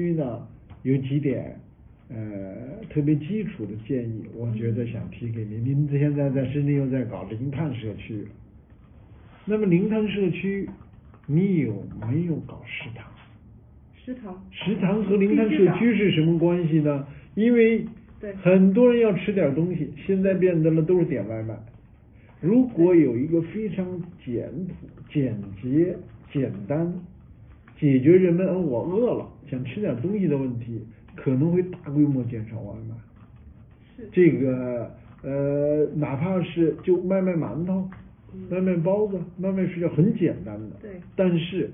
于呢有几点呃特别基础的建议，我觉得想提给您。您现在在深圳又在搞零碳社区，那么零碳社区你有没有搞食堂？食堂。食堂和零碳社区是什么关系呢？因为对很多人要吃点东西，现在变得了都是点外卖。如果有一个非常简朴、简洁、简单，解决人们哦我饿了想吃点东西的问题，可能会大规模减少外卖。是。这个呃，哪怕是就卖卖馒头、卖卖包子、卖卖水饺，很简单的。嗯对但是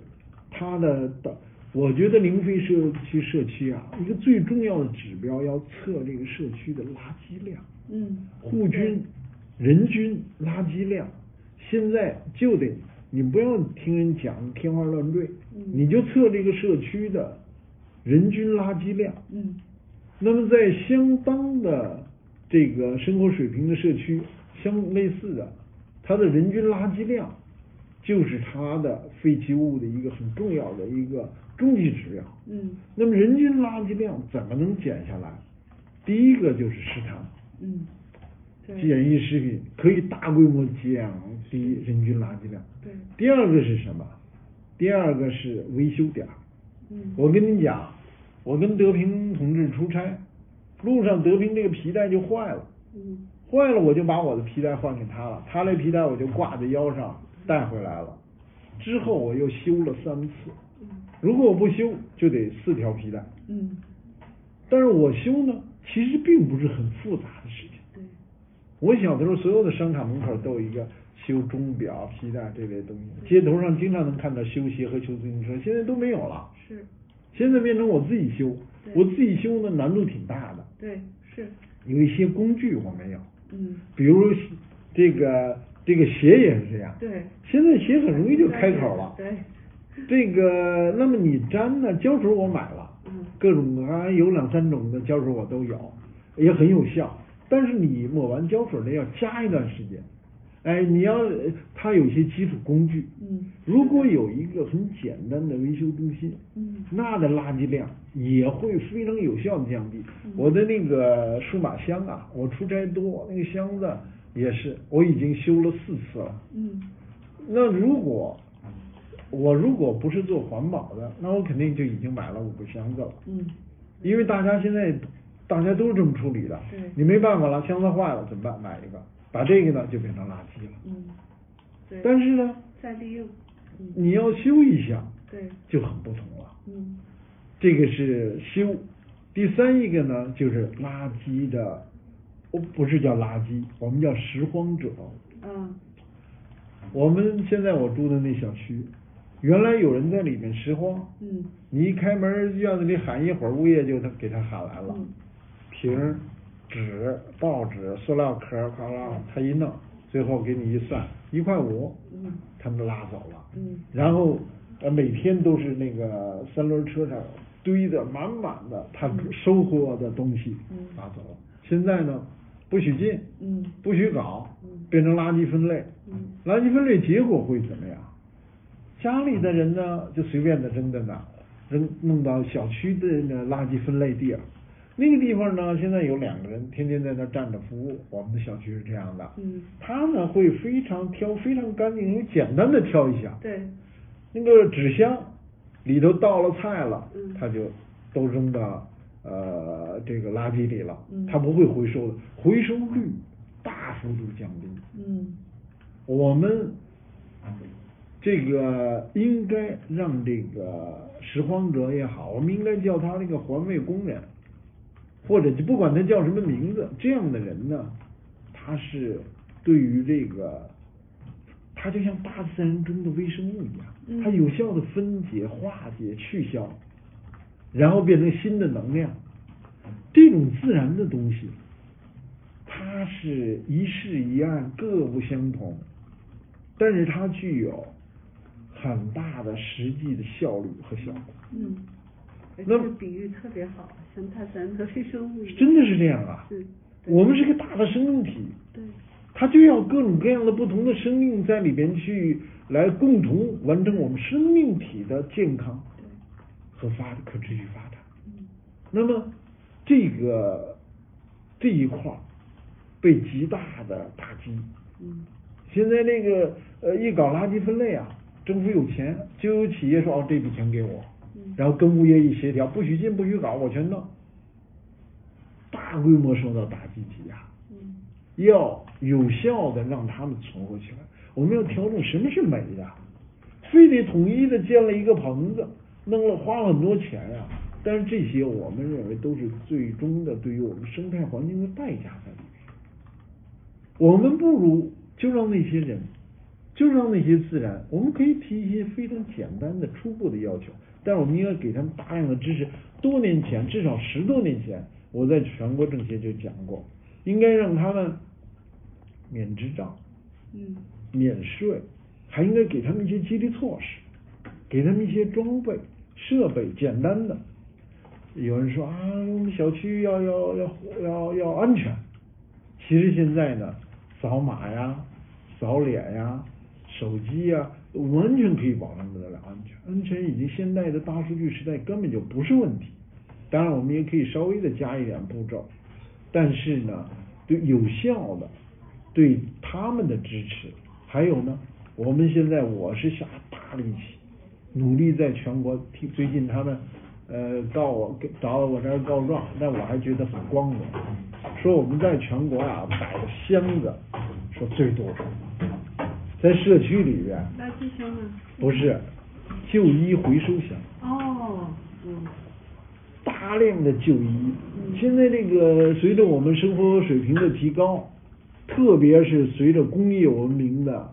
它的的，我觉得零废社区社区啊，一个最重要的指标要测这个社区的垃圾量。嗯。户均、人均垃圾量，现在就得你不要听人讲天花乱坠，嗯你就测这个社区的人均垃圾量。嗯。那么在相当的这个生活水平的社区，相类似的，它的人均垃圾量就是它的废弃物的一个很重要的一个终极指标。嗯那么人均垃圾量怎么能减下来？第一个就是食堂，嗯。对。简易食品可以大规模降低人均垃圾量。对第二个是什么？第二个是维修点儿。嗯我跟你讲，我跟德平同志出差，路上德平这个皮带就坏了，嗯。坏了我就把我的皮带换给他了，他那皮带我就挂在腰上带回来了。之后我又修了三次，如果我不修就得四条皮带，嗯。但是我修呢，其实并不是很复杂的事情。对。我小的时候，所有的商场门口都有一个修钟表、皮带这类东西，街头上经常能看到修鞋和修自行车，现在都没有了。是。现在变成我自己修，对我自己修呢难度挺大的，对。是。有一些工具我没有，嗯。比如这个这个鞋也是这样。对现在鞋很容易就开口了。对。 这个，那么你粘呢？胶水我买了，嗯各种啊有两三种的胶水我都有，也很有效。但是你抹完胶水呢，要加一段时间。哎，你要呃它有一些基础工具，嗯如果有一个很简单的维修中心，嗯那的垃圾量也会非常有效的降低。嗯我的那个数码箱啊，我出差多，那个箱子也是，我已经修了四次了。嗯。那如果我如果不是做环保的，那我肯定就已经买了五个箱子了。嗯。因为大家现在大家都是这么处理的对，你没办法了，箱子坏了怎么办？买一个，把这个呢就变成垃圾了。嗯。对。但是呢，再利用。嗯。你要修一下，对。就很不同了。嗯。这个是修，第三一个呢就是垃圾的，我不是叫垃圾，我们叫拾荒者。嗯。我们现在我住的那小区，原来有人在里面拾荒，嗯你一开门院子里喊一会儿，物业就他给他喊来了，嗯瓶儿、纸、报纸、塑料壳儿，哗啦，他一弄，最后给你一算，一块五，嗯他们拉走了，嗯然后呃每天都是那个三轮车上堆的满满的他收获的东西嗯拿走了，现在呢不许进，嗯不许搞嗯，变成垃圾分类。嗯垃圾分类结果会怎么样？家里的人呢，就随便的扔在那儿，扔弄到小区的那垃圾分类地儿。那个地方呢，现在有两个人天天在那儿站着服务。我们的小区是这样的，嗯他呢会非常挑，非常干净，因为简单的挑一下。对。那个纸箱里头倒了菜了，嗯他就都扔到呃这个垃圾里了嗯，他不会回收的，回收率大幅度降低。嗯我们这个应该让这个拾荒者也好，我们应该叫他那个环卫工人，或者就不管他叫什么名字，这样的人呢，他是对于这个，他就像大自然中的微生物一嗯样，他有效的分解、化解、去消，然后变成新的能量。这种自然的东西，它是一式一案，各不相同，但是它具有很大的实际的效率和效果。嗯。而那且比喻特别好，像大自然的微生物一样。真的是这样啊是。！对我们是个大的生命体，对。它就要各种各样的不同的生命在里边去来共同完成我们生命体的健康对。和发可持续发展。嗯那么这个这一块儿被极大的打击。嗯现在那个呃，一搞垃圾分类啊，政府有钱，就有企业说哦，这笔钱给我嗯，然后跟物业一协调，不许进，不许搞，我全弄。大规模受到打击挤压，嗯要有效的让他们存活起来。我们要调整什么是美呀、非得统一的建了一个棚子，弄了花了很多钱呀、但是这些我们认为都是最终的对于我们生态环境的代价在里面。我们不如就让那些人，就让那些自然，我们可以提一些非常简单的初步的要求，但是我们应该给他们大量的支持。多年前，至少十多年前，我在全国政协就讲过，应该让他们免执照，嗯免税，还应该给他们一些激励措施，给他们一些装备、设备，简单的。有人说啊，我们小区要要要要要安全。其实现在呢，扫码呀、扫脸呀、手机呀，完全可以保证得了安全。安全已经现代的大数据时代根本就不是问题。当然，我们也可以稍微的加一点步骤，但是呢，对有效的对他们的支持，还有呢，我们现在我是下大力气，努力在全国替最近他们呃告我给找我这儿告状，但我还觉得很光荣，说我们在全国啊摆的箱子说最多，在社区里边垃圾箱呢？不是旧衣回收箱，哦，嗯大量的就医嗯。现在这个随着我们生活水平的提高，特别是随着工业文明的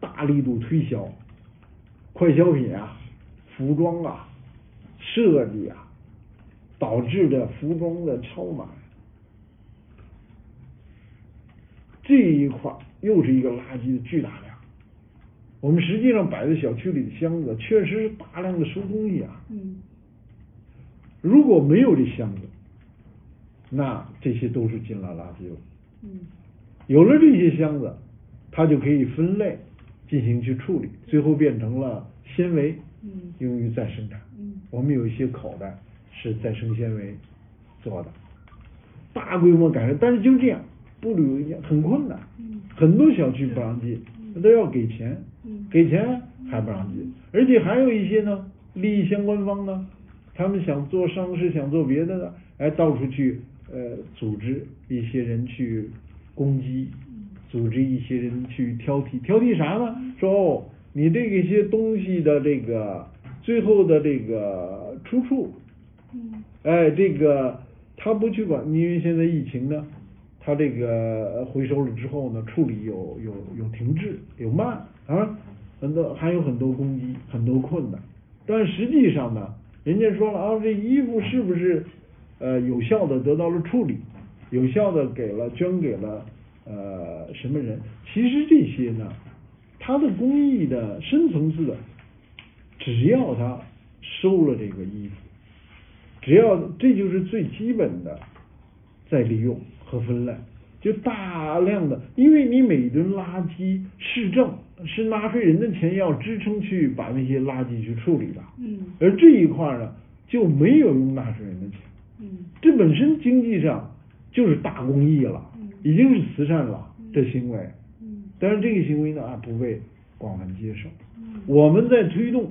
大力度推销，快消品啊、服装啊、设计啊，导致的服装的超买，这一块儿又是一个垃圾的巨大量。我们实际上摆在小区里的箱子，确实是大量的收东西啊。嗯如果没有这箱子，那这些都是进了垃圾了。嗯有了这些箱子，它就可以分类进行去处理，最后变成了纤维嗯，用于再生产。嗯我们有一些口袋是再生纤维做的，大规模改善，但是就这样步履维艰，很困难。嗯很多小区不让进，都要给钱，嗯给钱还不让进，而且还有一些呢，利益相关方呢，他们想做商事，想做别的呢，哎，到处去呃组织一些人去攻击，组织一些人去挑剔，挑剔啥呢？说哦，你这个一些东西的这个最后的这个出处，嗯哎，这个他不去管，因为现在疫情呢，他这个呃回收了之后呢，处理有有有停滞，有慢啊，很多还有很多攻击，很多困难。但实际上呢，人家说了啊，这衣服是不是呃有效的得到了处理，有效的给了捐给了呃什么人？其实这些呢，它的工艺的深层次的，只要他收了这个衣服。只要这就是最基本的再利用和分类，就大量的，因为你每吨垃圾，市政是纳税人的钱要支撑去把那些垃圾去处理的，嗯而这一块呢就没有用纳税人的钱，嗯这本身经济上就是大公益了嗯，已经是慈善了嗯，这行为，嗯但是这个行为呢啊不被广泛接受嗯，我们在推动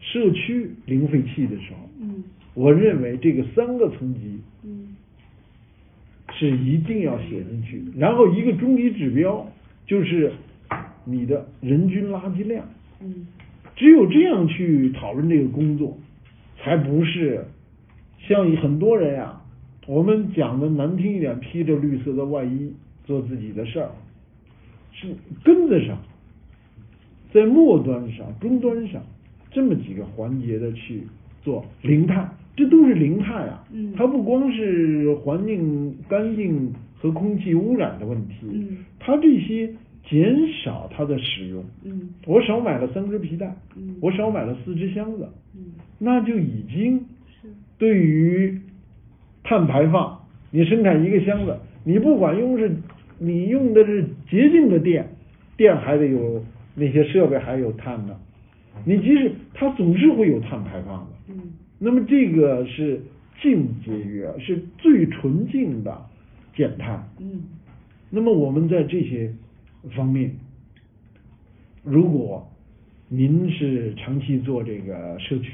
社区零废弃的时候。嗯我认为这个三个层级嗯是一定要写进去，然后一个终极指标就是你的人均垃圾量，嗯只有这样去讨论这个工作，才不是像很多人呀、我们讲的难听一点，披着绿色的外衣做自己的事儿，是根子上，在末端上、终端上这么几个环节的去做零碳，这都是零碳啊。嗯它不光是环境干净和空气污染的问题，嗯它这些减少它的使用，嗯我少买了三根皮带，嗯我少买了四只箱子，嗯那就已经是对于碳排放，你生产一个箱子，你不管用是，你用的是洁净的电，电还得有那些设备还有碳呢，你即使它总是会有碳排放的。嗯那么这个是净节约，是最纯净的减碳。嗯那么我们在这些方面，如果您是长期做这个社区